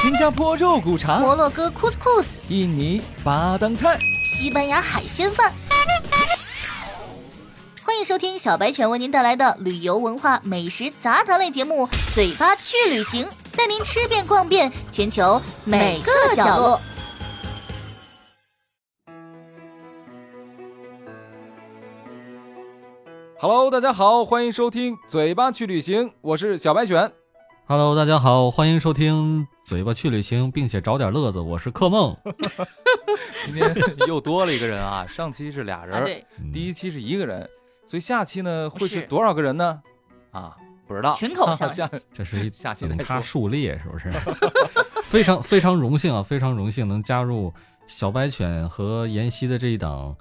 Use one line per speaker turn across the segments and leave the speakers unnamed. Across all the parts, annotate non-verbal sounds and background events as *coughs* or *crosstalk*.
新加坡肉骨茶、
摩洛哥 couscous、
印尼巴当菜、
西班牙海鲜饭。欢迎收听小白犬为您带来的旅游文化美食杂谈类节目《嘴巴去旅行》，带您吃遍逛遍全球每个角落。
Hello，大家好，欢迎收听《嘴巴去旅行》，我是小白犬。
Hello，大家好，欢迎收听《嘴巴去旅行》，并且找点乐子，我是克梦。
今天又多了一个人 *laughs* 啊，上期是俩人，
啊，对，
*laughs*
嗯
第一期是一个人，所以下期呢会是
是
多少个人呢？啊，不知道。
群口相
下
声
嗯这是一
下期再
等差
说。
数列，是
*laughs*
不是？非常非常荣幸啊，非常荣幸能加入小白犬和妍希的这一档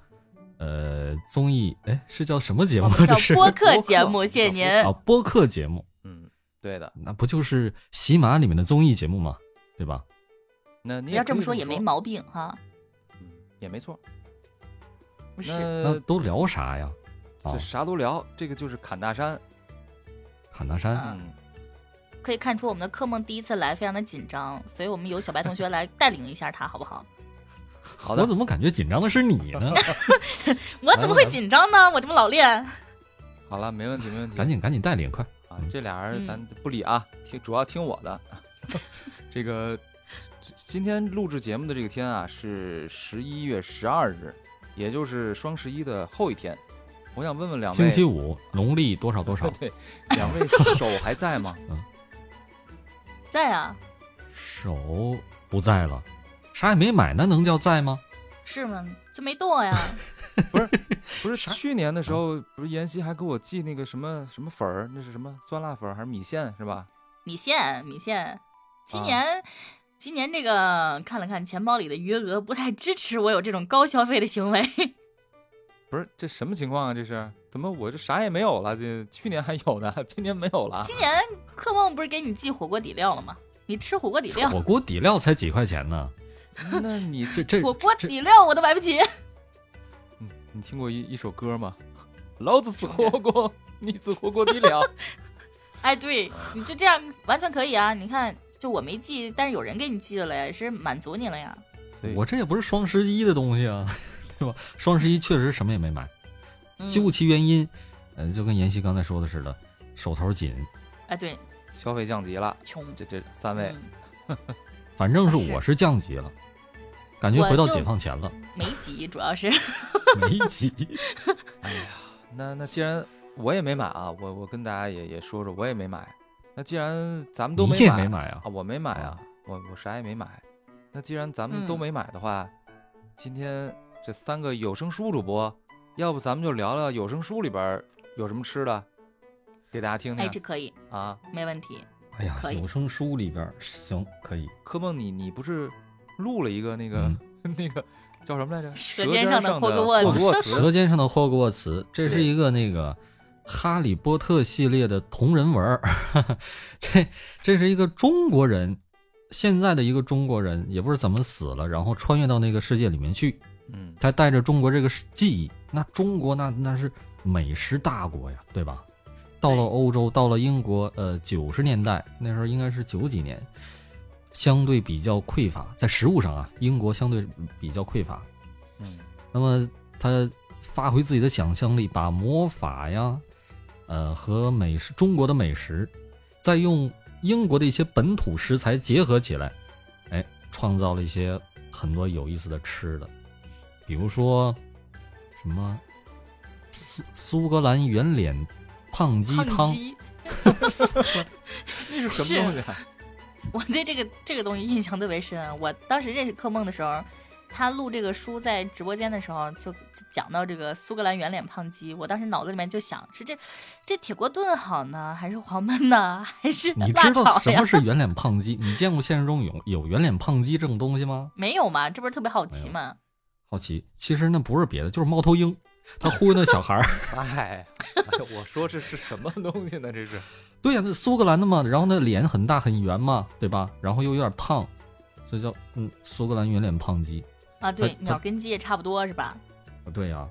呃综艺，哎，是叫什么节目？这是
叫播客节
哦播客
*laughs*
目，谢谢您。
啊播客节目，
*laughs* 嗯，对的。
那不就是喜马里面的综艺节目吗？对吧？
那你
你
也
要
可
这
以这
么说也没毛病哈。
嗯，也没错。
不是，
那
那
都聊啥呀？啊
这，啥都聊，这个就是侃大山。
喊大山，
啊
嗯，
可以看出我们的柯梦第一次来非常的紧张，所以我们由小白同学来带领一下他，好不好？
好
我
的。
怎么感觉紧张的是你
*laughs*
呢？
我怎么会紧张呢？我这么老
哎
练，
好了，没问题，没问题。
赶紧赶紧带领，快！
啊
嗯，
这俩人
嗯
咱不理啊，听主要听我的。 *laughs* 这个今天录制节目的这个天啊，是十一月十二日，也就是双十一的后一天。我想问问两位，？
星期五农历多少多少
对，两位手还在吗？ *laughs*
在啊，
手不在了，啥也没买，那能叫在吗？
是吗？就没剁呀。
不是，去年的时候，不是妍希还给我寄那个什么什么粉儿，那是什么酸辣粉儿还是米线是吧？
米线，米线，今
啊
年、今年这个看了看钱包里的余额，不太支持我有这种高消费的行为。
不是，这什么情况啊？这是怎么我这啥也没有了？这去年还有呢，今年没有
啊
了。
今年客梦不是给你寄火锅底料了吗？你吃火锅底料，
火锅底料才几块钱呢，
那你
这这
火锅
这
底料我都买不起。 *laughs*
嗯，你听过一一首歌吗？老子吃火锅， *laughs* 你吃火锅底料。
哎，对，你就这样完全可以啊！你看，就我没寄，但是有人给你寄了呀，也是满足你了呀。
*laughs* 所以
我这也不是双十一的东西啊， *laughs* 对吧？双十一确实什么也没买，
嗯，
究其原因，呃，就跟妍希刚才说的似的，手头紧。
哎，对，
消费降级了，
穷。
这这三位、
嗯
反正
啊是
是我是降级了，感觉
我
回到
就
解放前了，
没急，主要是
没急。
那那既然我也没买啊，我我跟大家也也说说，我也没买。那既然咱们都
你
没
也
买
没买啊
啊，？我没买啊，我我啥也没买。那既然咱们都
嗯
没买的话，今天这三个有声书主播，要不咱们就聊聊有声书里边儿有什么吃的，给大家听听、
哎，这可以，
啊。
没问题。
哎呀
可，以
有声书里边儿行可以，
柯梦你，你不是录了一个那个、
嗯
*laughs* 那个叫什么来着？
舌
尖
尖
上
上的霍格
格
沃
沃
茨
沃
《哎舌
茨。
尖上的霍格沃茨》，这是
对
一个那个《哈利波特》系列的同人文儿， *laughs* 这这是一个中国人，现在的一个中国人，也不知道怎么死了，然后穿越到那个世界里面去，
嗯，
他带着中国这个记忆，那中国那那是美食大国呀，对吧？到了
对
欧洲，到了英国，呃，九十年代那时候应该是九几年，相对比较匮乏，在食物上啊，英国相对比较匮乏，
嗯，
那么他发挥自己的想象力，把魔法呀，呃和美食中国的美食，再用英国的一些本土食材结合起来，哎，创造了一些很多有意思的吃的，比如说什么苏苏格兰圆脸胖鸡
胖
汤，
鸡，
那是什么东西啊？
*laughs* 我对这个这个东西印象特别深。啊我当时认识柯梦的时候，他录这个书在直播间的时候就，就讲到这个苏格兰圆脸胖鸡。我当时脑子里面就想，是这这铁锅炖好呢，还是黄焖呢， *laughs* 还是
你
辣
知道
炒
什么
呀？
是圆脸胖鸡？ *laughs* 你见过现实中有有圆脸胖鸡这种东西吗？
没有嘛，这不是特别好奇
没有
嘛？啊
好奇，其实那不是别的，就是猫头鹰，它忽悠那小孩儿。
哎，哎呦我说这是什么东西呢？这是
对呀、那苏格兰的嘛，然后那脸很大很圆嘛，对吧？然后又有点胖，所以叫嗯苏格兰圆脸胖鸡。
啊，对，
它
鸟跟鸡也差不多是吧？嗯
啊对 *laughs* 呀、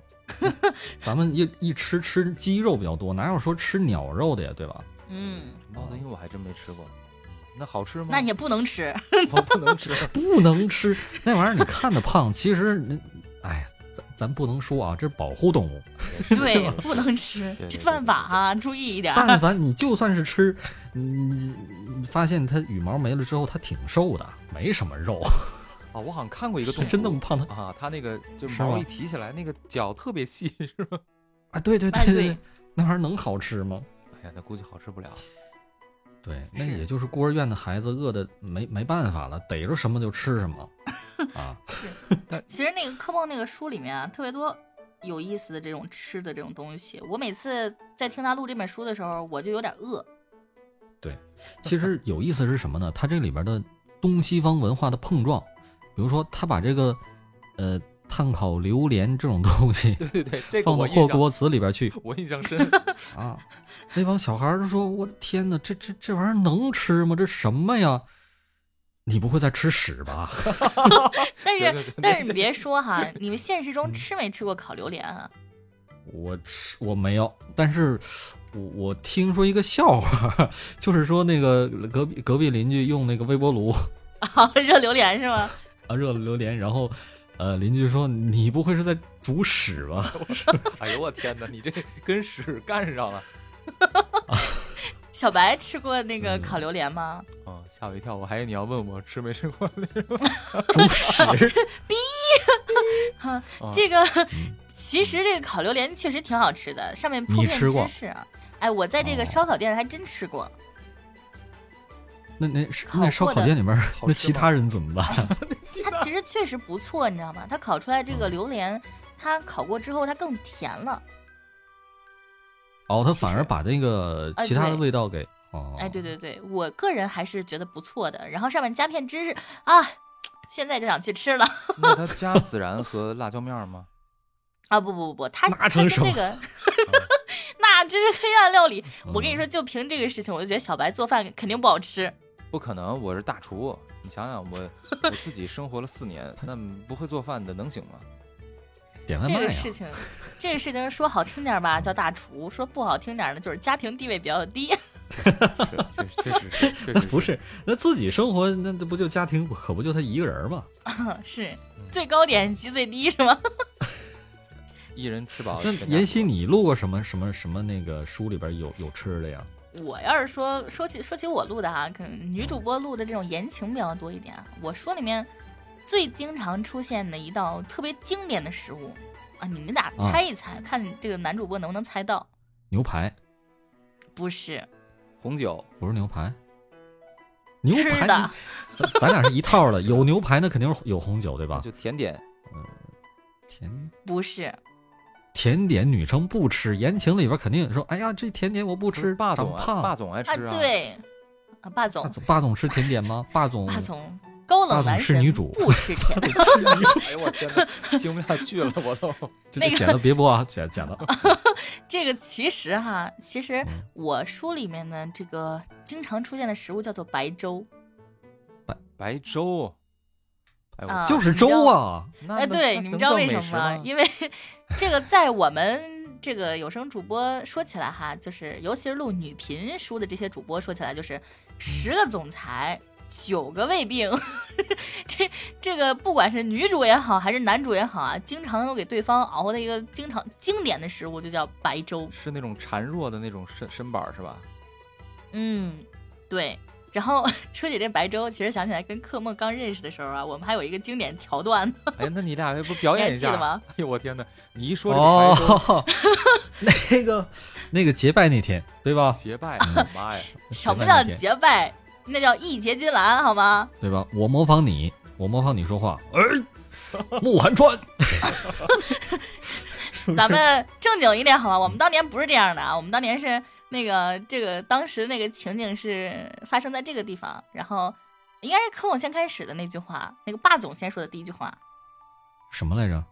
咱们一一吃吃鸡肉比较多，哪有说吃鸟肉的呀，对吧？
嗯，
猫头鹰，我还真没吃过。那好吃吗？
那你也不能
*laughs*
吃，
我不能吃。
不能吃那玩意儿，你看着胖，其实那，哎呀，咱咱不能说啊，这是保护 *laughs* 动物。
对，不能吃
对，对
这
对
犯法啊，注意一点。
但凡你就算是吃，你你发现它羽毛没了之后，它挺瘦的，没什么肉，
啊，我好像看过一个动物，
*laughs* 真那么胖它
啊，它那个就是
是
毛
吗
一提起来，那个脚特别细，是吧？
啊？对对
哎
对
对
对，那玩意儿能好吃吗？
哎呀，那估计好吃不了。 *laughs*
对，那
是
也就是孤儿院的孩子饿的没没办法了，逮着什么就吃
*laughs*
什么啊。
其实那个科梦那个书里面啊，特别多有意思的这种吃的这种东西。我每次在听他录这本书的时候，我就有点饿。
其实有意思是什么呢？它这里边的东西方文化的碰撞，比如说他把这个呃碳烤榴莲这种东西
对对对，这个
放
我
到
印
霍格
象
沃茨里边去，
我
*laughs*
印象深。
啊，那帮小孩儿都说：“我的天哪，这这这玩意儿能吃吗？这什么呀？你不会在吃屎吧？
但
行行
是
行
哎但是你别说
*laughs*
哈，你们现实
嗯
中吃没吃过烤榴莲啊？ *laughs*
我吃我没有，但是我我听说一个笑话， *laughs* 就是说那个隔壁隔壁邻居用那个微波炉
啊，热榴莲是吗？
啊热了榴莲，然后呃邻居说你不会是在煮屎吧？
哎呦我天哪，你这跟屎干上了！
小白吃过那个
嗯
烤榴莲吗？
哦，吓我一跳，我还以为你要问我吃没吃过
*laughs*
那种。
煮屎 *laughs*
啊
哦
这个 *laughs* 其实这个烤榴莲确实挺好吃的，上面铺
嗯你
片
吃过
芝士啊。哎，我在这
哦
个烧烤店上还真吃
*laughs*
过，
那那是
烤
那烧
过
烤
的啊
店里面
好
那
吃
其
吗
他人怎么办？
它其实确实不错，你知道吗？它烤出来这个
嗯
榴莲，它烤过之后它更甜了。
哦，他反
其
而
实
把那个
哎
其他的
对
味道给哦，
哎，对对对，我个人还是觉得不错的。然后上面加片芝士啊，现在就想去吃了
*laughs* 那他加孜然和辣椒面儿吗？
啊！不不不不，它
那
它
成
跟
什么
这个， *laughs* 那真是黑暗料理。我跟
嗯哎
你说，就凭这个事情，我就觉得小白做饭肯定不好吃。
不可能，我是大厨。你想想我，我自己生活了四 *laughs* 年，那不会做饭的能行吗？
点外
这
卖啊
个
呀。
事情，这个事情说好听点儿吧叫大厨，说不好听点儿呢就是家庭地位比较低。 *laughs*
是，确实确实是，确
那
实
*laughs* 不是，那自己生活那这不就家庭可不就他一个人儿吗？
是
嗯
最高点及最低是吗？
一人吃饱。
那
全家
妍希，
不饿
你录过什么什么什么那个书里边有有吃的呀？
我要是说说起说起我录的哈、可能女主播录的这种言情比较多一点啊。我说里面最经常出现的一道特别经典的食物啊，你们俩猜一猜，看这个男主播能不能猜到？
牛排
不是，
红酒
不是牛排，牛
吃
排
的
你，咱咱俩是一套的，有牛排那肯定是有红酒对吧？
就甜点，
甜
不是，
甜点女生不吃，言情里边肯定说，哎呀这甜点我不
不是
吃，
霸
长
总啊，
胖。
霸总爱
啊，
吃啊。，
对，啊，霸总
霸，总霸总吃甜点吗？霸总
霸总，高
霸
冷
总
男
是
神
女主
不吃 *laughs* 甜的
*laughs* 哎呦我天哪，听不下去了，我都。
这
那个
剪了别播啊，剪剪了。
这个其实哈，其实
嗯
我书里面呢，这个经常出现的食物叫做白粥，
白粥，哎
啊
我
就是粥啊，
那
哎，
能
对，
那
你们
能
知道
叫
为
美
什么
食
吗？因为这个在我们这个有声主播说起来哈，就是尤其是录女频书的这些主播说起来，就是
嗯
十个总裁。九个胃病， *laughs* 这这个不管是女主也好，还是男主也好啊，经常都给对方熬的一个经常经典的食物就叫白粥。
是那种孱弱的那种身身板儿是吧？
嗯，对。然后 *laughs* 说起这白粥，其实想起来跟克梦刚认识的时候啊，我们还有一个经典桥段呢。
哎，那你俩要不表演一
你还记
下？
得吗
*laughs* 哎呦我天哪！你一说这个白粥
哦， *laughs* 那个那个结拜那天对吧？
结拜，我的妈
*laughs*
呀！
什么
结拜
叫
那天
结拜？那叫义结金兰，好
*laughs*
吗？
对吧？我模仿你，我模仿你说话，哎，慕寒川，
咱们正经一点好吗？我们当年不是这样的啊，我们当年是那个这个当时那个情景是发生在这个地方，然后应该是科我先开始的那句话，那个霸总先说的第一句话
什么来着？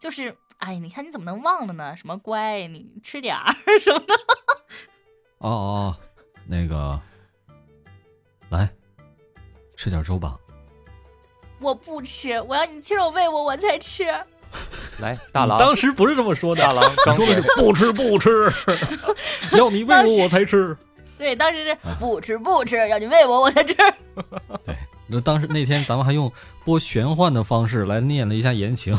就是，哎，你看你怎么能忘了呢？什么乖，你吃点儿 *laughs* 什么的，
哦哦，那个，来，吃点粥吧。
我不吃，我要你亲手喂我，我才吃。
来，大郎，*laughs*
时不是这么说
大，郎，
你
张
说的
*laughs* 嘴
是不吃不吃，要你喂我我才吃。
对，当时是
啊
不吃不吃，要你喂我我才吃。 *laughs*
那当时那天咱们还用播玄幻的方式来念了一下言
*laughs*
情，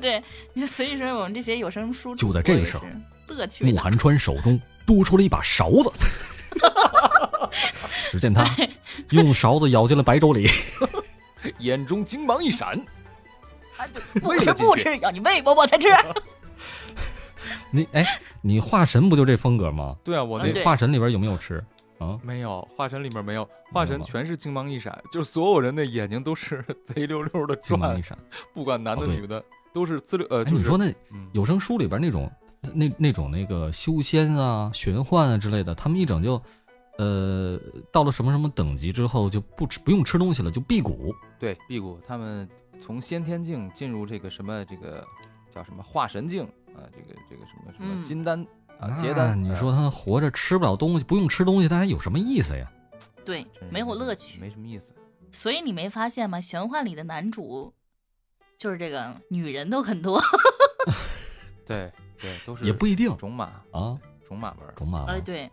对，所以说我们这些有声书
就在这个时候，
乐趣
慕
大。
寒川手中多出了一把勺
*laughs*
子。只见他用勺子舀进了白粥里，
眼中金芒一闪，
*laughs*
不
喂
吃
了几
不
句
吃，要你喂我我才吃。
你哎，你化神不就这风格吗？
对啊，我
啊
那
对
化神里边有没有吃啊？
没有化神里面没有，化神
吗
全是金芒一闪，就是所有人的眼睛都是 *laughs* 贼溜溜的
金芒
转
一，闪。
不管男的
哦对
女的，都是滋溜呃，
哎，
就是
你说那
嗯
有声书里边那种那那种那个修仙啊、玄幻啊之类的，他们一整就，呃，到了什么什么等级之后就不吃不用吃东西了，就辟谷。
对辟谷，他们从先天境进入这个什么这个叫什么化神境啊，这个这个什么什么
嗯
金丹啊结
那
丹，
你
啊
说他活着吃不了东西，不用吃东西，他还有什么意思呀？
*laughs* 对
真，
嗯
是
没有乐趣。
没什么意思。
所以你没发现吗？玄幻里的男主就是这个女人都很
*laughs*
多。
对对，都是
也不一定
种马
啊，
种马文儿，
种马嘛
哎，对，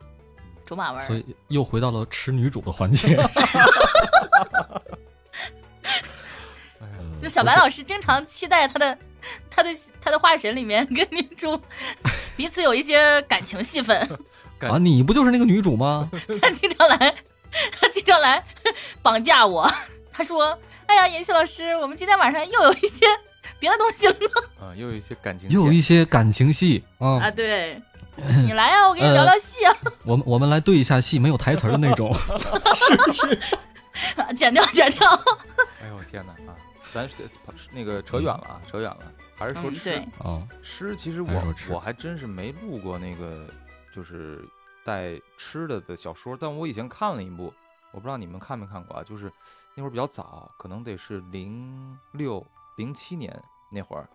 竹马
所
文。
以又回到了吃女主的
*laughs*
环节。
哎呀
呃
就小白老师经常期待他的他的他的化神里面跟女主彼此有一些感情戏
*laughs*
份，
干
啊，你不就是那个女
*laughs*
主吗？
他经常来，他经常来绑架我。他说：“哎呀，妍希老师，我们今天晚上又有一些别的东西了
啊，又有一些感情线，
又有一些感情戏啊，
啊！
*laughs*
对，你来啊，我给你聊
呃
聊戏啊，
我们我们来对一下戏，没有台词儿的那种。 *laughs*
剪掉，剪掉。
哎呦天哪啊！咱是那个扯远了啊，扯远了，还是说
嗯，
吃、
对，
啊，
吃。其实
还是说
我
吃
我还真是没录过那个就是带吃的的小说，但我以前看了一部，我不知道你们看没看过啊，就是那会儿比较早，可能得是零六零七年那会儿，《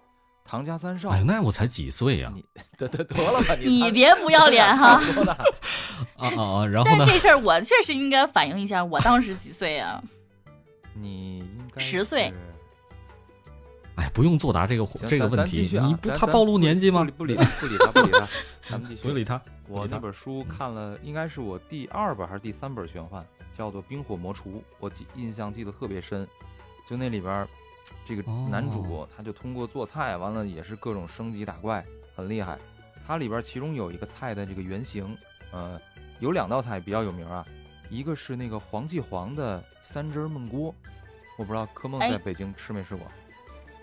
唐家三少
哎》呦，那我才几岁啊呀、
你 *laughs* 得得得了吧，你
你
看
别不要脸哈。” *laughs*
差不多了
啊啊啊！ *laughs* 然后
但
呢
是？这事儿我确实应该反映一下，我当时几岁
*laughs*
啊？
你应该
10岁
是。
哎，不用作答这个
行
这个
咱
问
咱继
题
续，啊
你不
咱
怕
咱
暴露年纪吗？
不理不理不理他，不理他，咱们继续。
不理他。
我
理
那
他
本书
嗯
看了，应该是我第二本还是第三本玄幻，叫做《冰火魔厨》，我记印象记得特别深。就那里边儿，这个男主他就通过做菜，完了也是各种升级打怪，很厉害。它里边儿其中有一个菜的这个原型，呃，有两道菜比较有名啊，一个是那个黄记煌的三汁儿焖锅，我不知道柯梦
哎
在北京吃没吃过，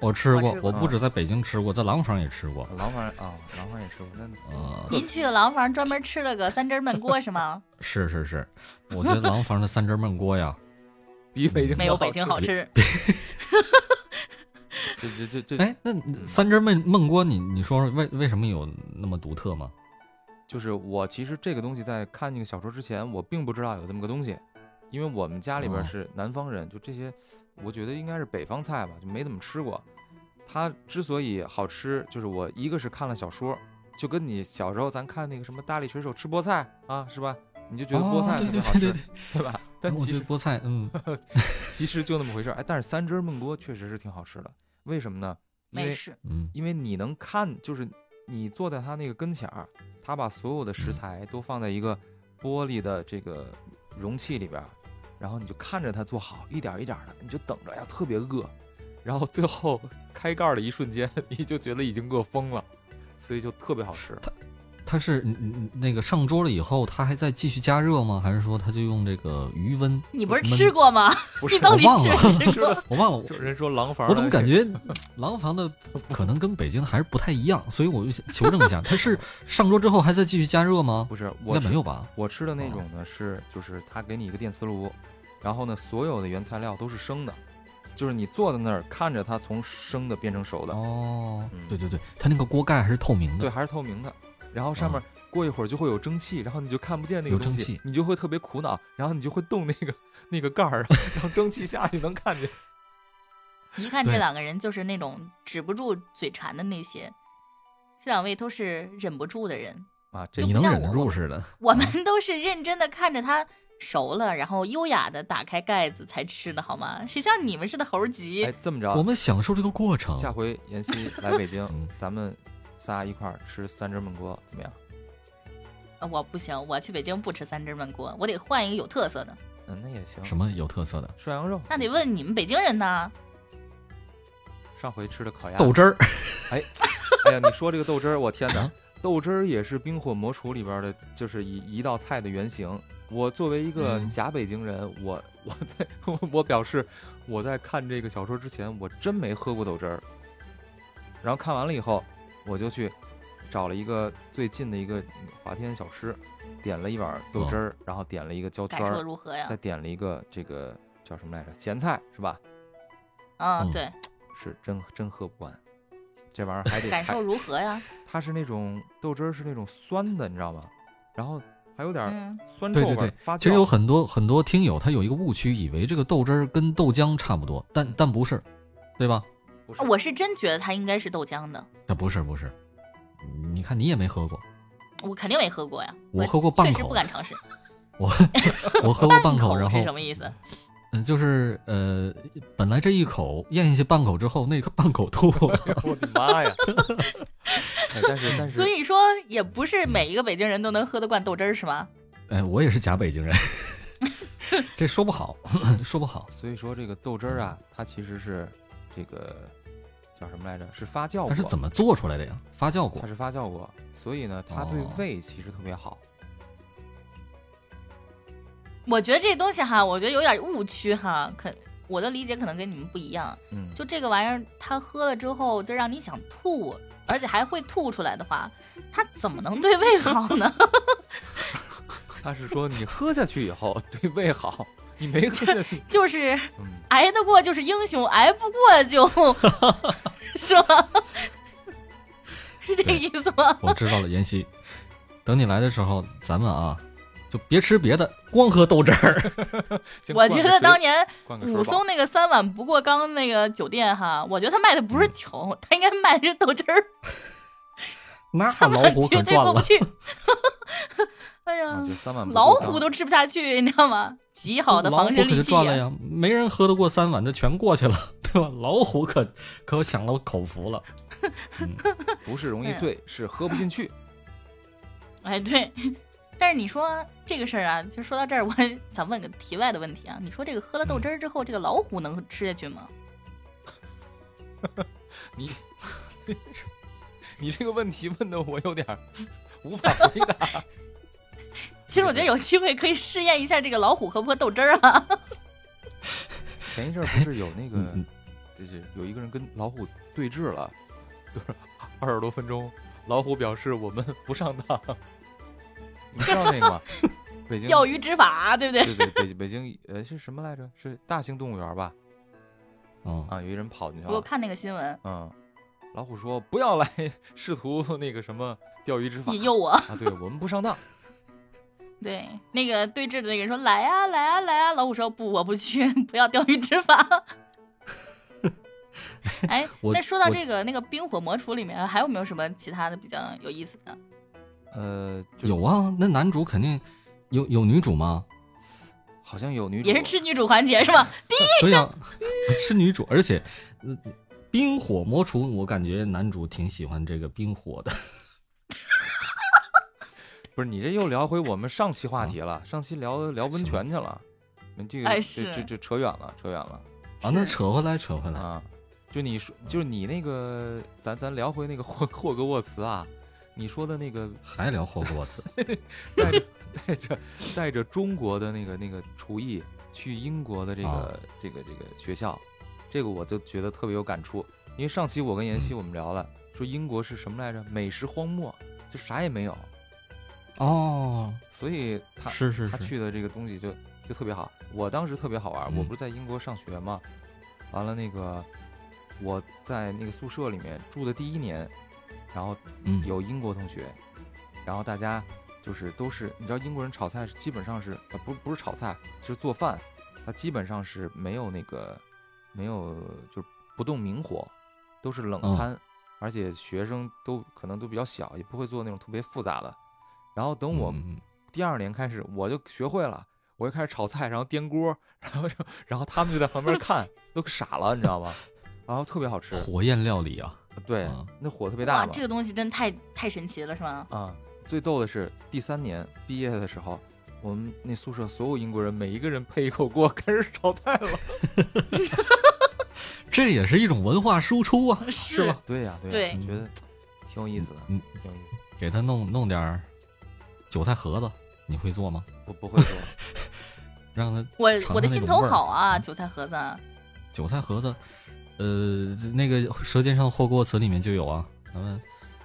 我吃
我
过
吃，嗯
我
过
不止在北京吃过，在廊坊也吃过。
廊坊人啊，廊坊也吃过，那
啊，
您去廊坊专门吃了个三汁儿焖锅是
*laughs*
吗？
是是是，我觉得廊坊的三汁焖锅呀，
比北京的
没有北京
好
好吃。
吃。这这这这
哎，那三汁焖焖锅，你你说说为为什么有那么独特吗？
就是我其实这个东西在看这个小说之前，我并不知道有这么个东西，因为我们家里边
哦
是南方人，就这些，我觉得应该是北方菜吧，就没怎么吃过。它之所以好吃，就是我一个是看了小说，就跟你小时候咱看那个什么大力水手吃菠菜啊，是吧？你就觉得菠菜
哦
特别
对对
好吃，
对对对，
对
*laughs*
吧？但
哎我
其
觉
实
得菠菜，嗯，
其实就那么回事儿。哎，但是三汁焖锅确实是挺好吃的，为什么呢？因
没
为
事，
嗯，
因为你能看，就是你坐在他那个跟前儿，他把所有的食
嗯
材都放在一个玻璃的这个容器里边儿，然后你就看着他做好，一点儿一点的，你就等着，哎呀，特别饿，然后最后 *laughs* 开盖儿的一瞬间， *laughs* 你就觉得已经饿疯了，所以就特别好
*laughs*
吃。
它是嗯嗯那个上桌了以后，它还在继续加热吗？还是说它就用这个余温？
你不是
焖
吃？过吗？
不是
你，到底
忘
吃
了 *laughs*
没吃
吃
过？
的，
我忘了，我
*laughs* 就是人说廊坊，
我怎么感？觉廊坊的可能跟北京还是不太一样，所以我就想求证一下，它是上桌之后还在继续加热吗？
不是，
应
我
该没有吧？
我吃的
啊
那种呢是，就是他给你一个电磁炉，然后呢，所有的原材料都是生的，就是你坐在那儿看着它从生的变成熟的，
哦
嗯，
对对对，它那个锅盖还是透明
对，
的。
还是透明的。然后上面过一会儿就会有蒸汽，然后你就看不见那个
有
东
蒸
西
汽，
你就会特别苦恼，然后你就会动那个 *laughs* 那个盖儿，啊然后让蒸汽下去能看见。
一看
对
这两个人就是那种止不住嘴馋的那些，这两位都是忍不住的人，
啊，这
就
你
不
能
像
忍
我
住似的，
我们都是认真的看着它熟了，然后优雅的打开盖子才吃的好吗？谁像你们似的猴急？
哎，这么着
我，们享受这个过
啊
程。
下回妍
*laughs*
希来北京
嗯，
咱们仨一块儿吃三只焖锅，怎么样？
呃我不行，我去北京不吃三汁焖锅，我得换一个有特色的。
嗯，那也行。
什么有特色的？
涮羊肉？
那得问你们北京人呐。
上回吃的烤鸭
豆汁儿，
*laughs* 哎呀，你说这个豆汁儿，我天哪
啊！
*laughs* 豆汁儿也是《冰火魔厨》里边的，就是一一道菜的原型。我作为一个
嗯
假北京人，我我在 *laughs* 我表示，我在看这个小说之前，我真没喝过豆汁儿。然后看完了以后，我就去找了一个最近的一个华天小吃，点了一碗豆汁
哦
儿，然后点了一个焦
感
圈
受
儿，
如何呀
再？点了一个这个叫什么来着？咸菜是吧？
嗯，
嗯
对，
是真真喝不完，这玩意儿还得
感
还
受如何呀？
它是那种豆汁儿是那种酸的，你知道吗？然后还有点儿
嗯，
酸臭
对
味儿，
对对
发酵。
其实有很多很多听友他有一个误区，以为这个豆汁儿跟豆浆差不多，但但不是，对吧？
不是
哦我是真觉得它应该是豆浆的，
那不是不是，你看你也没喝过，
我肯定没喝过呀。
我喝过半
确实
口
不敢尝试。
我喝过半
口
口，然后
是什么意思？
嗯，就是呃，本来这一口咽下去半口之后，那个半口吐
我的妈呀！哎
*laughs*
但是但是，
所以说也不是每一个北京人都能喝得惯豆汁儿，是吗？
*laughs* 哎，我也是假北京人， *laughs* 这说不好， *laughs* 说不好，
所以说这个豆汁儿啊，它其实是这个叫什么来着？是发酵过，
它是怎么做出来的呀？发酵过
它，是发酵过，所以呢，它对
哦
胃其实特别好。
我觉得这东西哈，我觉得有点误区哈，可我的理解可能跟你们不一样。
嗯，
就这个玩意儿，它喝了之后就让你想吐，而且还会吐出来的话，它怎么能对胃好呢？ *laughs*
它是说你喝下去以后对胃好，你没喝下
*laughs*
去，
就是
嗯，
挨得过就是英雄，挨不过
*laughs*
就，是吧？是这个意思吗？
我知道了，妍希，等你来的时候，咱们啊，就别吃别的，光喝豆汁儿。 *laughs*
先
我
灌
觉得
个水
当年
灌个水
武
饱
松那个三碗不过冈那个酒店哈，我觉得他卖的不
嗯
是酒，他应该卖的是豆汁儿，
那
他
*laughs* 老
*laughs* 们
虎
绝
可
对
赚
过不
了， *laughs*
去。哎呀
啊，，就三碗不
老
够
虎
干
都吃不下去，你知道吗？极好的
老
防
虎
身
可
利
就
器啊
赚了呀，没人喝得过三碗，这全过去了， *laughs* 对吧？老虎可可享了口福了。嗯
不是容易
哎呀
醉，是喝不
*laughs*
进去。
哎，对。但是你说这个事儿啊，就说到这儿，我还想问个题外的问题啊。你说这个喝了豆汁儿之后，这个老虎能吃下去吗？
你你这个问题问的我有点儿无法回答。
其实我觉得有机会可以试验一下这个老虎喝不喝豆汁儿
*laughs*
啊。
前一阵儿不是有那个
嗯，
就是有一个人跟老虎对峙了，就是二十多分钟，老虎表示我们不上当。你知道那个吗？北京
钓鱼执法，啊对不对？
对对北北京呃是什么来着？是大型动物园吧？
嗯
啊，有一人跑进去
我
了。
看那个新闻，
嗯，老虎说不要来试图那个什么钓鱼执法
引诱我。
啊！对我们不上当。
对，那个对峙的那个人说：“来啊，来啊，来啊！”老虎说：“不，我不去， *laughs* 不要钓鱼执
*laughs*
法。”哎，
我
那说到
我
这个那个《冰火魔厨》里面还有没有什么其他的比较有意思的？
呃，就
有啊，那男主肯定有有女主吗？
好像有女主
也是吃女主环节
*laughs*
是吧？
对呀、是女主，而且，嗯冰火魔厨，我感觉男主挺喜欢这个冰火的。
不是你这又聊回我们上期话题了，上期聊聊温泉去了，你这个
哎
这
是
这这扯远了，扯远了
啊，那
是
扯回来，扯回来，
啊！就你说，就是你那个，咱咱聊回那个霍霍格沃茨啊，你说的那个
还聊霍格沃茨，
带着带着带着中国的那个那个厨艺去英国的这个、
啊
这个这个学校，这个我就觉得特别有感触，因为上期我跟妍希我们聊了，说英国是什么来着？美食荒漠，就啥也没有，
*laughs* 哦，
所以他
是是
他
是，
去的这个东西就就特别好。我当时特别好玩儿，
嗯
我不是在英国上学嘛，完了那个我在那个宿舍里面住的第一年，然后
嗯，
有英国同学，然后大家就是都是你知道英国人炒菜是基本上是呃不不是炒菜是做饭，他基本上是没有那个没有就是不动明火，都是冷
嗯
餐，而且学生都可能都比较小，也不会做那种特别复杂的。然后等我
嗯嗯嗯
第二年开始我就学会了，我就开始炒菜，然后颠锅， *laughs* 然后就然后他们就在旁边看，都傻了，你知道吗？然后特别好吃，
火焰料理啊，
对
啊，
那火特别大
哇，
嘛
这，个东西真太太神奇了，是吗？
啊，最逗的是第三年毕业的时候，我们那宿舍所有英国人每一个人配一口锅 *laughs* 开始炒菜了。
这也是一种文化输出啊，是吧？
对呀、对呀、
对
你觉得挺有意思的，
嗯
挺有意思的。
给他弄弄点儿韭菜盒子，你会做吗？
我不会做，
让他
我
尝
我的
尝
心
那种
头
味儿
好啊，韭菜盒子，
韭菜盒子，呃，那个《舌尖上霍格沃茨》里面就有啊。咱们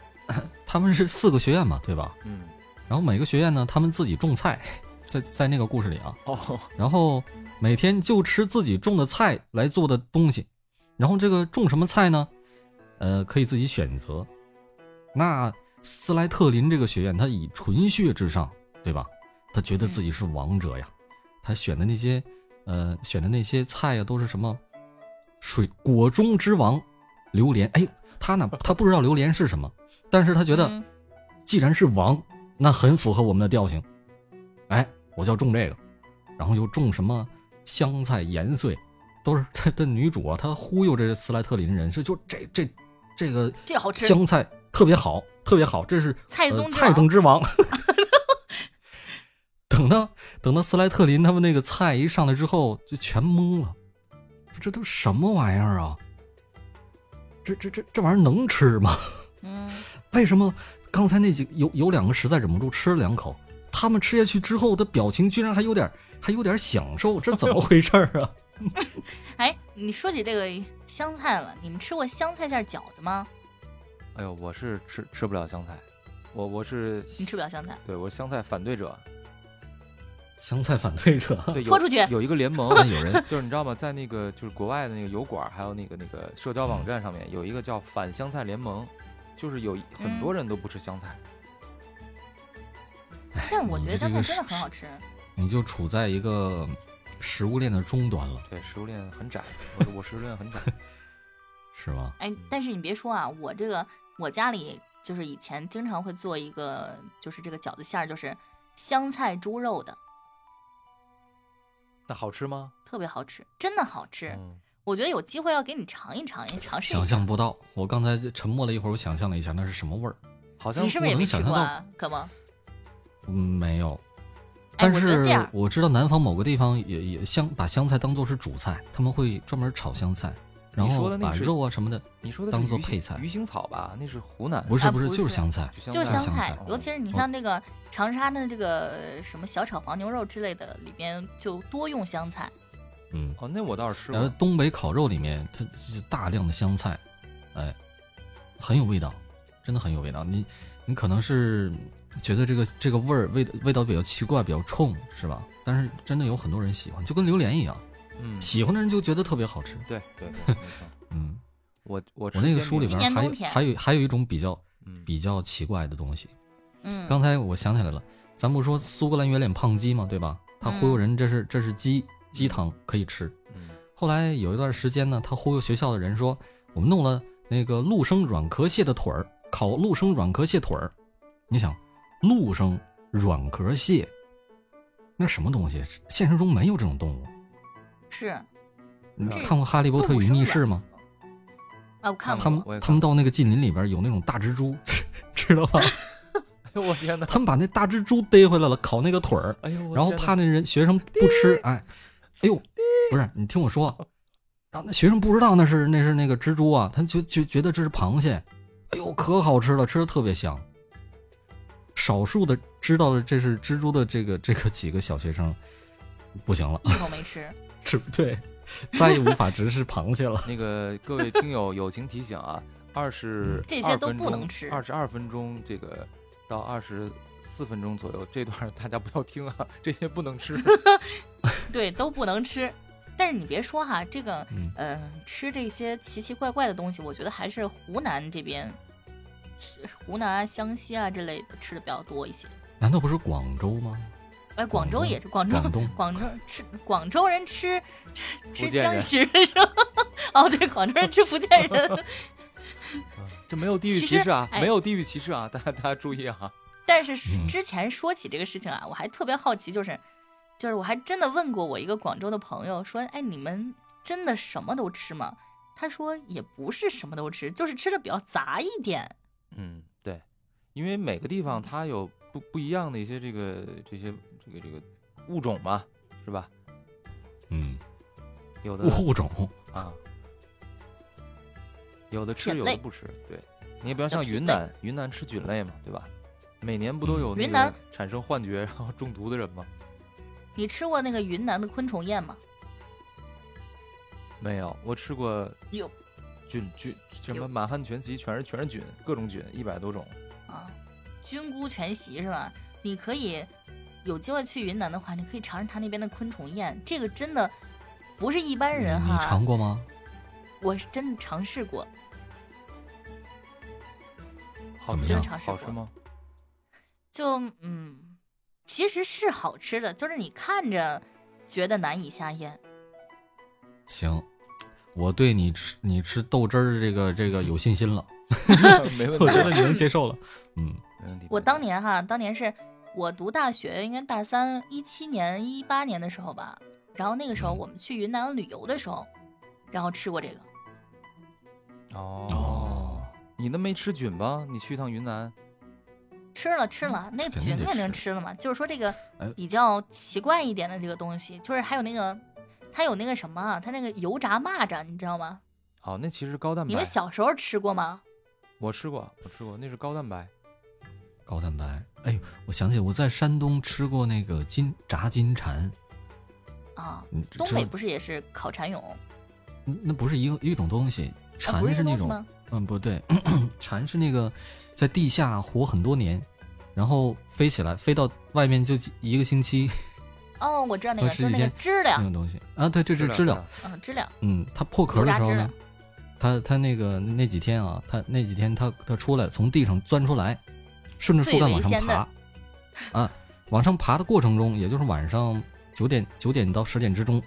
*coughs* 他们是四个学院嘛，对吧？
嗯，
然后每个学院呢，他们自己种菜， *laughs* 在在那个故事里啊，
哦，
然后每天就吃自己种的菜来做的东西。然后这个种什么菜呢？呃，可以自己选择。那斯莱特林这个学院，他以纯血至上，对吧？他觉得自己是王者呀。他选的那些，呃，选的那些菜呀，都是什么水果中之王，榴莲。哎，他呢，他不知道榴莲是什么，但是他觉得
嗯
既然是王，那很符合我们的调性。哎，我就要种这个，然后又种什么香菜、盐碎，都是这这女主啊，她忽悠这斯莱特林人是就这这这个
这个好吃，
香菜特别好，特别好，这是
菜
呃
宗之
菜
王
中
*laughs*
之王。等到等到斯莱特林他们那个菜一上来之后，就全懵了，这都什么玩意儿啊？这这这这玩意儿能吃吗？
嗯，
为什么刚才那几有有两个实在忍不住吃了两口，他们吃下去之后的表情居然还有点还有点享受，这怎么回事儿 *laughs* 啊？
哎，你说起这个香菜了，你们吃过香菜馅儿饺子吗？
哎呦，我是吃吃不了香菜，我我是
你吃不了香菜，
对我是香菜反对者，
香菜反对者，
对，有
拖出去
有一个联盟，
那有 *laughs* 人
就是你知道吗？在那个就是国外的那个油管儿，还有那个那个社交
嗯
网站上面有一个叫反香菜联盟，就是有一很
嗯
多人都不吃香菜。
但是我觉得香
你
菜
这
真的很
个是
好吃。
你就处在一个食物链的终端了，
对，食物链很窄，我我食物链很
*laughs*
窄。
是吧？
哎，但是你别说啊，我这个我家里就是以前经常会做一个，就是这个饺子馅儿，就是香菜猪肉的，
那好吃吗？
特别好吃，真的好吃。
嗯，
我觉得有机会要给你尝一尝，也尝试一
哦想
下。
象不到，我刚才沉默了一会儿，我想象了一下那是什么味儿，
好像
你是不是也
我能
没吃
想
过
象
啊，可萌？
嗯，没有。
哎，
但
我觉得
是
这样，
我知道南方某个地方也也香，把香菜当做是主菜，他们会专门炒香菜，然
你说
后
的那
把
是
肉啊什么的，
你说的
当
是
做
鱼腥
配菜
鱼腥草吧？那是湖南，
不是
啊
不是
不
就是
是
香菜，
就
就是
香
香菜
菜，
尤其是你
哦
像这个长沙的这个什么小炒黄牛肉之类的，里边就多用香菜。
嗯。
哦，那我倒是吃
然后
过。
东北烤肉里面，它就是大量的香菜，哎，很有味道，真的很有味道。你你可能是觉得这个这个味儿味味道比较奇怪，比较冲，是吧？但是真的有很多人喜欢，就跟榴莲一样，
嗯，
喜欢的人就觉得特别好吃。
对对，对没错
嗯，
我我
*laughs* 我
吃
那个
煎
书里
饼
边
今年
还
冬天
还有还有一种比较
嗯
比较奇怪的东西。
嗯，
刚才我想起来了，咱不说苏格兰圆脸胖鸡嘛，对吧？他忽悠人这是这是鸡鸡汤可以吃，
嗯 *laughs*
后来有一段时间呢，他忽悠学校的人说，我们弄了那个陆生软壳蟹的腿儿，烤陆生软壳蟹腿儿。你想，陆生软壳蟹，那什么东西？现实中没有这种动物。
是啊，
嗯
你
这
看过《哈利波特与密室》吗？
啊我看
他
过。
们
我也看过
他们到那个近邻里边有那种大蜘
*laughs*
蛛， *laughs* 知道吧？
哎呦我
*laughs*
天哪！
他们把那大蜘蛛逮回来了，烤那个腿儿，
哎呦，我
然后
天哪
怕那人学生不吃，哎，哎呦，不是你听我说，然后那学生不知道那是那是那个蜘蛛啊，他就就觉得这是螃蟹，哎呦可好吃了，吃的特别香。少数的知道了这是蜘蛛的这个这个几个小学生，不行了， *laughs*
一口没吃，
吃不对，再也无法直视螃蟹
*laughs*
了。 *laughs*
那个各位听友友情提醒啊， *laughs* 二十
嗯
这些都不能吃
二十二分钟这个到二十四分钟左右这段儿大家不要听啊， *laughs* 这些不能
*laughs*
吃。
对，都不能吃。但是你别说哈，这个
嗯，
呃，吃这些奇奇怪怪的东西，我觉得还是湖南这边，是湖南啊、湘西啊之类的吃的比较多一些。
难道不是广州吗？
哎，广州
广
也是，广州
广东
广州吃广州人吃吃
福建
江
人
西人是吧？ *laughs* 哦，对，广州人吃福建
*laughs*
人，
这没有地
其
域歧
实
视啊，
哎
没有地域歧视啊，大 *laughs* 家大家注意啊。
但是是
嗯
之前说起这个事情啊，我还特别好奇，就是就是我还真的问过我一个广州的朋友，说，哎，你们真的什么都吃吗？他说也不是什么都吃，就是吃的比较杂一点。
嗯，对，因为每个地方它有不不一样的一些这个这些这个这个物种嘛，是吧？
嗯，
有的
物种
啊，有的吃，
菌
有的
类
不吃。对，你也不要像
菌
云
类
南，云南吃菌类嘛，对吧？每年不都
嗯
有那
云
个
南
产生幻觉然后中毒的人吗？
你吃过那个云南的昆虫宴吗？
没有，我吃过
有
菌菌什么
有
满汉全席，全是全是菌，各种菌，一百多种。
啊，菌菇全席是吧？你可以有机会去云南的话，你可以尝尝他那边的昆虫宴，这个真的不是啊一般
你
人
嗯你
哈
尝。过吗？
我是真的尝试过，
好
怎么
吃
样
吗好
*laughs*
吃吗？
就嗯，其实是好吃的，就是你看着觉得难以下咽。
行，我对你吃你吃豆汁儿这个这个有信心了，
没问题，
我觉得你能接受了。嗯，
没问题。
我当
没问题
年哈，当年是我读大学，应该大三一七年、一八年的时候吧。然后那个时候
嗯
我们去云南旅游的时候，然后吃过这个。
哦，，你那没吃菌吧？你去一趟云南，
吃了吃了，那
嗯肯
菌
定得
肯定
吃
吃了嘛。就是说这个
哎
比较奇怪一点的这个东西，就是还有那个，它有那个什么啊，它那个油炸蚂蚱，你知道吗？
哦，那其实高蛋白。
你们小时候吃过吗？
我吃过，我吃过，那是高蛋白。
高蛋白。哎，我想起我在山东吃过那个金炸金蝉，
啊，
你
东
知道
北不是也是烤蚕蛹？啊
嗯那不是一个一种东西，
不
蝉
是这
那
东西
种，
吗？
嗯，不对， *clears throat* 蝉是那个在地下活很多年，然后飞起来，飞到外面就几一个星期
哦，我知道那个，
我吃
就
几
那个
天
知
那
了，
种东西啊。对，这是知
知
了
了，，
嗯，知了，
嗯，它破壳的时候
油炸知
呢
了，
它它那个那几天啊，它那几天它它出来从地上钻出来，顺着树干往上
最为鲜
爬
嫩，
啊，往上爬的过程中，也就是晚上九点九点到十点之中，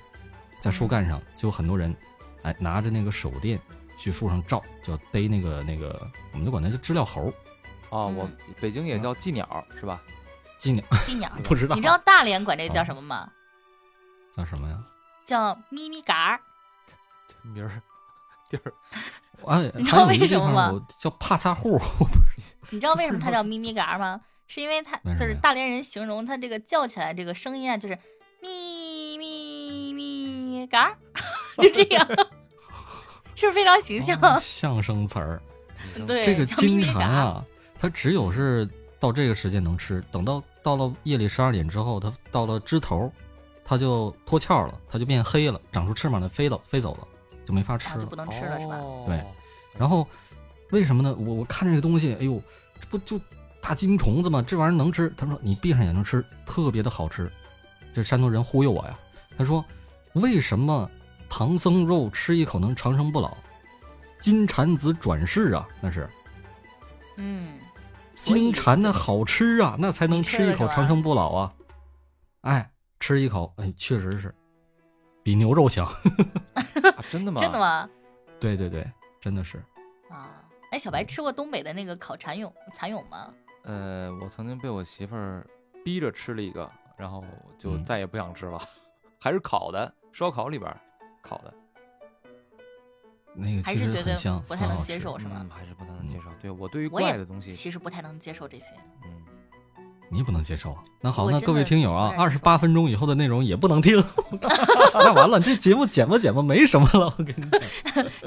在树干上就有很多人，哎，拿着那个手电去树上照，叫逮那个那个，我们就管它叫知了猴，
哦，我
嗯
北京也叫寄鸟，是吧？
今年
金
*laughs*
鸟。
不知道
你知道大连管这个叫什么吗？
叫什么呀？
叫咪咪嘎儿。
这名儿地儿
哎，
你知
还
道
有一
为
个
什
地
么
方
吗
我叫帕萨户，
你知道为什么它叫咪咪嘎儿吗？是因为它
为什么
就是
呀
大连人形容它这个叫起来这个声音啊，就是咪咪咪嘎儿， *laughs* 就这
*laughs*
样，是不是非常形象？
哦相声词儿。
女
嗯
生
对，
这个
叫咪
金
咪
蝉
嘎儿，
啊，它只有是到这个时间能吃，等到到了夜里十二点之后，它到了枝头，它就脱壳了，它就变黑了，长出翅膀来飞了，飞走了，就没
*laughs*
法
啊
吃
就
了
不。能吃了是吧？
哦
对 *laughs* 然后为什么呢？我我看这个东西，哎呦，这不就大金虫子吗？这玩意儿能吃？他们说你闭上眼睛吃，特别的好吃。这山东人忽悠我呀，他说为什么唐僧肉吃一口能长生不老？金蝉子转世啊，那是
嗯，所以
金蝉的好吃啊，那才能吃一口长生不老啊。哎，吃一口，哎，确实是比牛肉香。 *laughs*
啊真的吗？
真的？吗？
对对对，真的是。
啊，哎，小白吃过东北的那个烤蚕蛹蚕蛹吗？
呃，我曾经被我媳妇儿逼着吃了一个，然后就
嗯
再也不想吃了，还是烤的，烧烤里边儿烤的，
那个
还
其
是
实
觉
很
得
香，啊
不太
很
能
好
接
吃
受是吗
嗯？？还是不太能
嗯
接受。对我对于
我也
怪的东西，
其实不太能接受这些。
嗯，
你不能接受啊？那好，
我
那
真
各位
的
听友啊，
不
二
能
十
接受
八分钟以后的内容也不能听， *laughs* 那完了，这节目剪吧剪吧，没什么了，我跟你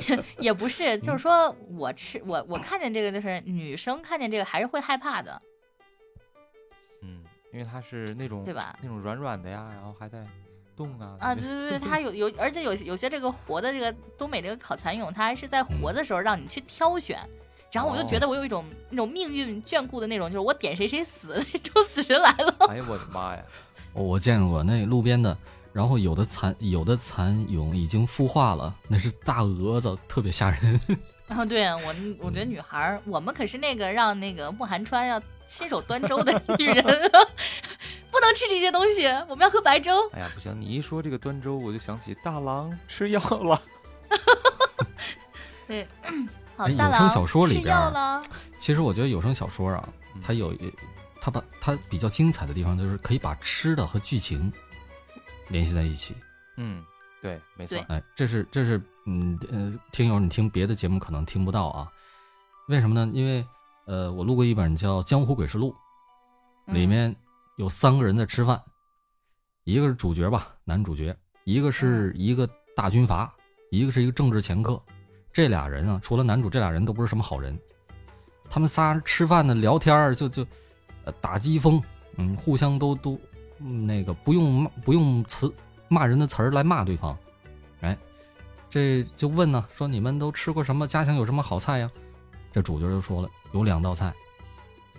讲。
也不是，就是说我吃我我看见这个，就是女生看见这个还是会害怕的，
嗯，因为它是那种
对吧
那种软软的呀，然后还在动啊
啊，
那
对对对，
*laughs*
它有有，而且有有些这个活的这个东北这个烤蚕蛹，它还是在活的时候让你去挑选。然后我就觉
哦
得我有一种那种命运眷顾的那种，就是我点谁谁死， *laughs* 那种死神来了。 *laughs*
哎呀，我的妈呀！
我我见过那路边的，然后有的蚕有的蚕蛹已经孵化了，那是大蛾子，特别吓人。
啊，对我我觉得女孩儿，我们可是那个让那个慕寒川要亲手端粥的女人，啊 *laughs* 不能吃这些东西，我们要喝白粥。
哎呀，不行，你一说这个端粥，我就想起大郎吃药
*laughs*
了。
对，好，
哎
大
有声
郎
小说里
吃
边儿
药了，
其实我觉得有声小说啊，它有一，它把它比较精彩的地方就是可以把吃的和剧情联系在一起。
嗯，对，没错
对，
哎，这是这是嗯呃，听友你听别的节目可能听不到啊，为什么呢？因为呃，我录过一本叫《江湖鬼事录》，
嗯
里面有三个人在吃饭，一个是主角吧，男主角，一个
嗯
是一个大军阀，一个是一个政治掮客。这俩人啊，除了男主，这俩人都不是什么好人。他们仨吃饭呢，聊天儿就就，呃，打机锋，嗯，互相都都、嗯那个不用骂不用词骂人的词儿来骂对方，哎，这就问呢，说你们都吃过什么？家乡有什么好菜呀？这主角就说了，有两道菜，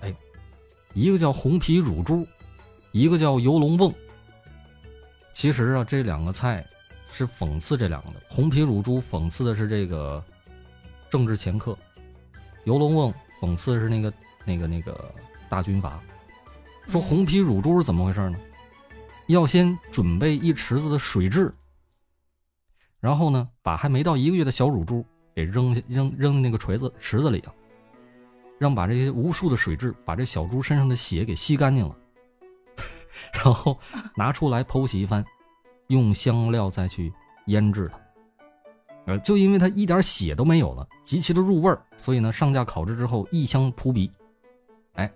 哎，一个叫红皮乳猪，一个叫游龙瓮。其实啊，这两个菜是讽刺这两个的。红皮乳猪讽刺的是这个政治掮客，游龙瓮讽刺的是那个那个那个大军阀。说红皮乳猪是怎么回事呢？要先准备一池子的水蛭，然后呢，把还没到一个月的小乳猪给扔下扔扔进那个锤子池子里啊，让把这些无数的水蛭把这小猪身上的血给吸干净了， *laughs* 然后拿出来剖析一番，用香料再去腌制它。呃，就因为它一点血都没有了，极其的入味儿，所以呢，上架烤制之后异香扑鼻。哎，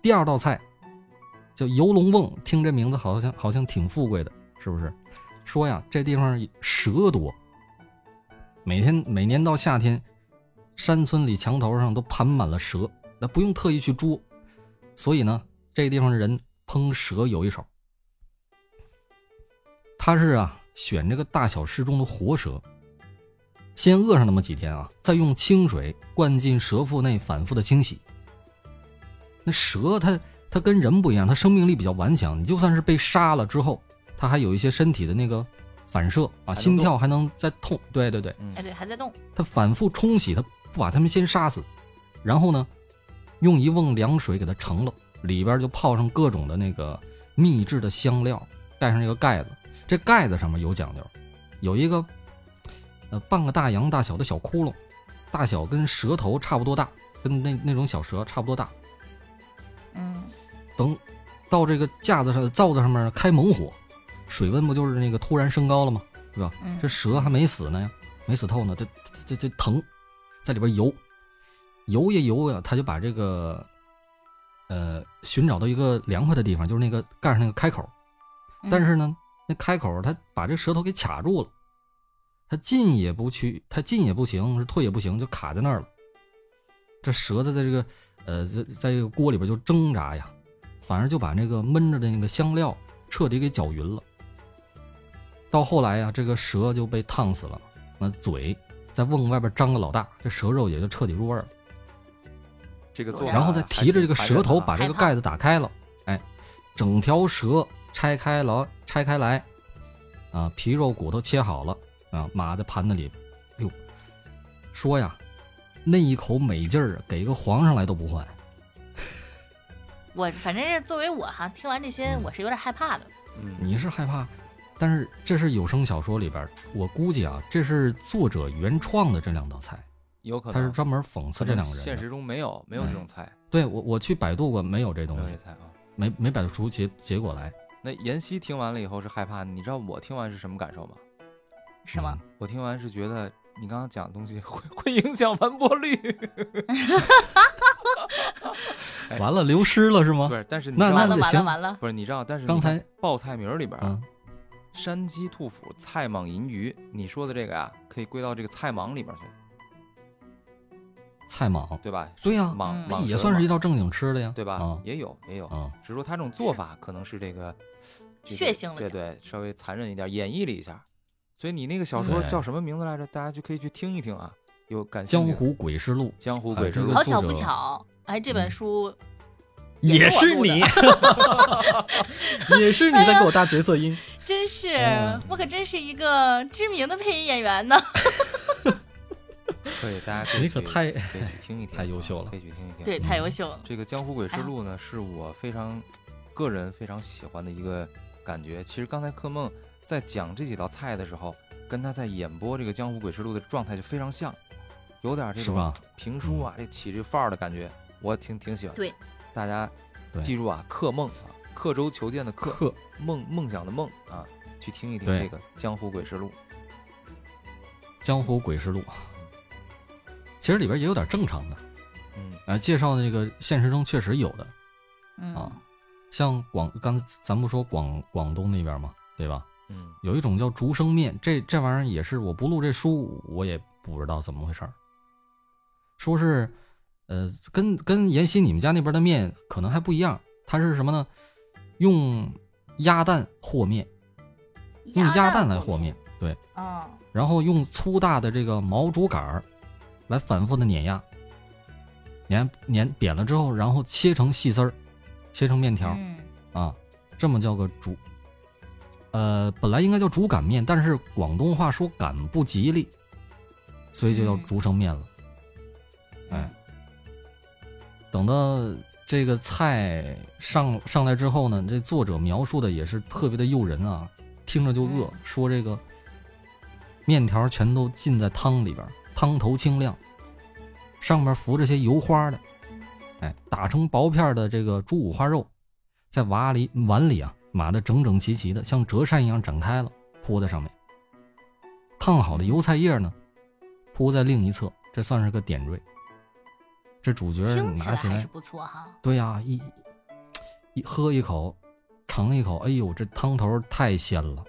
第二道菜叫游龙瓮，听这名字好像好像挺富贵的，是不是？说呀，这地方蛇多，每天每年到夏天，山村里墙头上都盘满了蛇，那不用特意去捉，所以呢，这地方人烹蛇有一手。他是啊，选这个大小适中的活蛇，先饿上那么几天啊，再用清水灌进蛇腹内，反复的清洗。那蛇它它跟人不一样，它生命力比较顽强，你就算是被杀了之后，它还有一些身体的那个反射
还能
啊，
动
心跳还能再痛。对对对，
嗯
哎，对，还在动，
他反复冲洗，他不把他们先杀死，然后呢，用一瓮凉水给它盛了，里边就泡上各种的那个秘制的香料，盖上这个盖子。这盖子上面有讲究，有一个呃半个大洋大小的小窟窿，大小跟蛇头差不多大，跟那那种小蛇差不多大。
嗯，
等到这个架子上、灶子上面开猛火，水温不就是那个突然升高了吗？对吧？
嗯
这蛇还没死呢，没死透呢，这这这这疼，在里边游，游呀游啊呀，他就把这个呃寻找到一个凉快的地方，就是那个盖上那个开口，
嗯
但是呢，那开口他把这舌头给卡住了，他进也不去，他进也不行，是退也不行，就卡在那儿了。这舌头在这个呃，在在这个锅里边就挣扎呀，反而就把那个闷着的那个香料彻底给搅匀了。到后来呀、这个蛇就被烫死了，那嘴在瓮外边张个老大，这蛇肉也就彻底入味儿了。
这个做法
然后再
哦还
提着这
挺
个
残
舌
忍的
头
啊
把这
害
个
怕
盖子打开了，哎，整条蛇拆开了，拆开来，啊，皮肉骨头切好了，啊，码在盘子里，哎呦，说呀，那一口美劲儿啊，给个皇上来都不换。
我反正是作为我哈，听完这些
嗯
我是有点害怕的，
嗯，
你是害怕，但是这是有声小说里边儿，我估计啊，这是作者原创的这两道菜，
有可能
他是专门讽刺
可
这
能
两个
*laughs*
人
现
的。嗯
实中没有没有这种菜，
对我，我去百度过，没有这东
没有
西
这，菜啊。
没没百度出结结果来。
那妍希听完了以后是害怕，你知道我听完是什么感受吗？
是
*laughs*
吗？
我听完是觉得你刚刚讲的东西 *laughs* 会会影响完播率，
嗯？完了，流失了是吗
不？是？但是你
哦那
知
嗯那
完了完
道吗
得
了
行
完了，
不是你知道？但是你
刚
看
才
报菜名儿里边儿，
嗯，
山鸡兔脯、菜蟒银鱼，你说的这个呀、可以归到这个菜蟒里面去，
菜蟒，
对吧？
对呀
蟒
嗯
那
蟒
也
蛇
算是
嘛
一道正经吃的呀，
对吧？
啊
也有也有，
啊，
只是说他这种做法可能是这个这个
血腥了
对
点
对，稍微残忍一点，演绎了一下。所以你那个小说
对
叫什么名字来着？大家就可以去听一听啊，有感
江
兴趣的
湖鬼事录》
江湖
啊
鬼之
这个
路
好
作
巧不
者嗯
巧，哎，这本书
也
也
是
是
你
你，
*laughs*
也是你在给我搭角色音。
真是
嗯，
我可真是一个知名的配音演员呢。
可以，大家可以
你可
去
太
可以去听一听啊，
*laughs* 太优秀了
可以去听一
*laughs*
听。啊
对，哎太优秀了。
这个《江湖鬼事录》呢，是我非常个人非常喜欢的一个感觉。其实刚才柯梦在讲这几道菜的时候，跟他在演播这个《江湖鬼事录》的状态就非常像，有点这
是
种
吧？
评书啊，这起这范儿的感觉，我挺挺喜欢。
嗯对，
大家
对
记住啊，克梦啊，刻舟求剑的刻，
客
梦梦想的梦啊，去听一听
对
这个《江湖鬼事录》。
江湖鬼事录》，其实里边也有点正常的，
嗯，
呃，介绍那个现实中确实有的，
嗯
啊像广刚才咱不说广广东那边嘛，对吧？
嗯，
有一种叫竹升面，这这玩意儿也是我不录这书，我也不知道怎么回事儿。说是，呃，跟跟妍希你们家那边的面可能还不一样，它是什么呢？用鸭蛋和面，用鸭蛋来和面，对，
嗯，
然后用粗大的这个毛竹杆儿来反复的碾压，碾碾扁了之后，然后切成细丝儿，切成面条。
嗯
啊，这么叫个竹，呃，本来应该叫竹擀面，但是广东话说擀不吉利，所以就叫
嗯
竹升面了。哎，等到这个菜上上来之后呢，这作者描述的也是特别的诱人啊，听着就饿。
嗯
说这个面条全都浸在汤里边儿，汤头清亮，上面浮着些油花的，哎，打成薄片儿的这个猪五花肉，在瓦里碗里啊码得整整齐齐的，像折扇一样展开了，铺在上面。烫好的油菜叶呢，铺在另一侧，这算是个点缀。这主角
听起
拿
来
起
还
来
是，不错哈。
对呀、一一喝一口，尝一口，哎呦，这汤头太鲜了。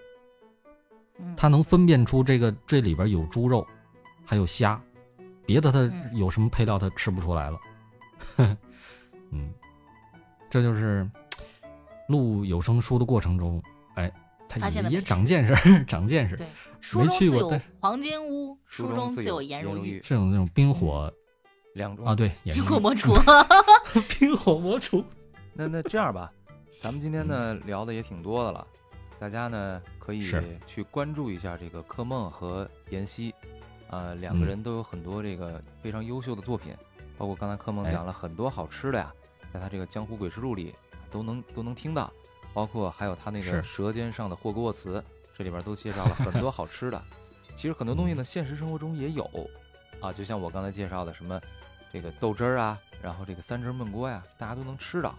嗯，
他能分辨出这个这里边有猪肉，还有虾，别的他
嗯
有什么配料他吃不出来了。 *laughs* 嗯，这就是嘖录有声书的过程中，哎，他
发现了
也
美
也
食
长见识， *laughs* 长见识。
对，书
没
中自
去过但
有
是
黄金屋，书中自有颜
颜
如玉，
玉，
这种这种冰火
两种
*laughs*
啊，。对，也是
嗯冰火魔厨。
冰火魔厨，
那那这样吧，咱们今天呢聊的也挺多的了，大家呢可以
嗯是
去关注一下这个柯梦和妍希，呃，两个
嗯
人都有很多这个非常优秀的作品，包括刚才柯梦
哎
讲了很多好吃的呀，在他这个《江湖鬼事录》里都能都能听到，包括还有他那个
是
《舌尖上的霍格沃茨》，这里边都介绍了很多好吃的。 *laughs* 其实很多东西
嗯
呢，现实生活中也有，啊，就像我刚才介绍的什么这个豆汁儿啊，然后这个三汁焖锅呀、大家都能吃到。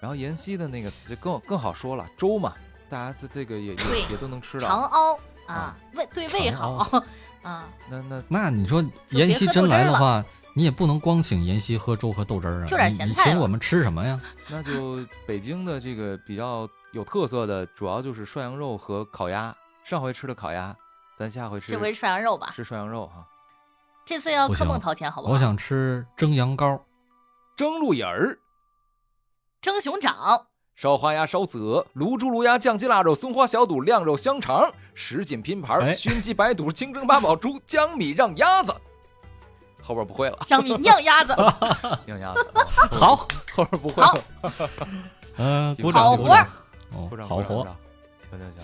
然后妍希的那个就更更好说了，粥嘛，大家这这个也
对
也也都能吃
长
到。
凹啊，胃对胃
长凹
好啊，
那那
那你说
就别
妍希
喝
真
豆汁
来
儿
的
了
话，你也不能光请妍希喝粥和豆汁儿啊，
就点
你
咸
你
菜
请
吧
我们吃什么呀？
那就北京的这个比较有特色的，主要就是涮羊肉和烤鸭。上回吃的烤鸭，咱下回吃
这回涮羊肉吧，
吃涮羊肉哈，
这次要
不
科
行
梦掏钱好不好？
我想吃蒸羊羔。
蒸鹿眼儿。
蒸熊掌，
烧花鸭、烧子鹅、卤猪、卤鸭、酱鸡腊肉、松花小肚、晾肉香肠、什锦拼盘、
哎
熏鸡白肚、清蒸八宝猪、江米让鸭子。后边不会了，
江米酿鸭
*laughs*
子，
让鸭子。
*laughs*
好，
后边不会了。
*laughs* 嗯，
行
鼓
好
掌，鼓
活
掌
儿，
哦
鼓掌，
好
鼓掌
活
鼓，掌行行行，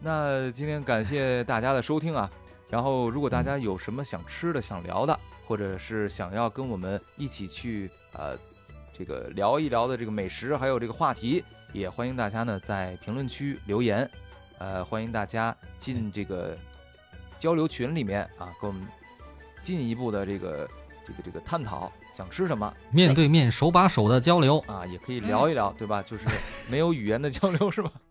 那今天感谢大家的收听啊。然后，如果大
嗯
家有什么想吃的、想聊的，或者是想要跟我们一起去呃这个聊一聊的这个美食，还有这个话题，也欢迎大家呢在评论区留言。呃，欢迎大家进这个交流群里面啊，跟我们进一步的这个这个这个探讨，想吃什么
面对面手把手的交流，
啊，也可
嗯
以聊一聊，对吧？就是没有语言的交流是吧？ *laughs*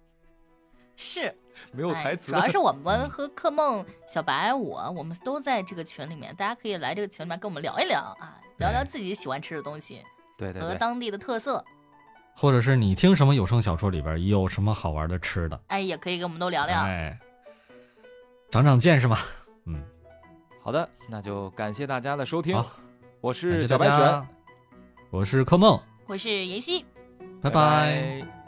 是，
没有
哎
台词嗯
主
的
要是我们和克梦、小白我，我们都在这个群里面，大家可以来这个群里面跟我们聊一聊啊，聊聊
哎
自己喜欢吃的东西
*laughs* 对对
和
对。
当地的特色，
或者是你听什么有声小说里边有什么好玩的吃的，
哎，也可以跟我们都聊聊。
哎，长长见识嘛。嗯，
好的，那就感谢大家的收听
好，
我
感
是
谢
小
大
白
家
犬，，
我是柯梦，
我是妍希，
拜
拜。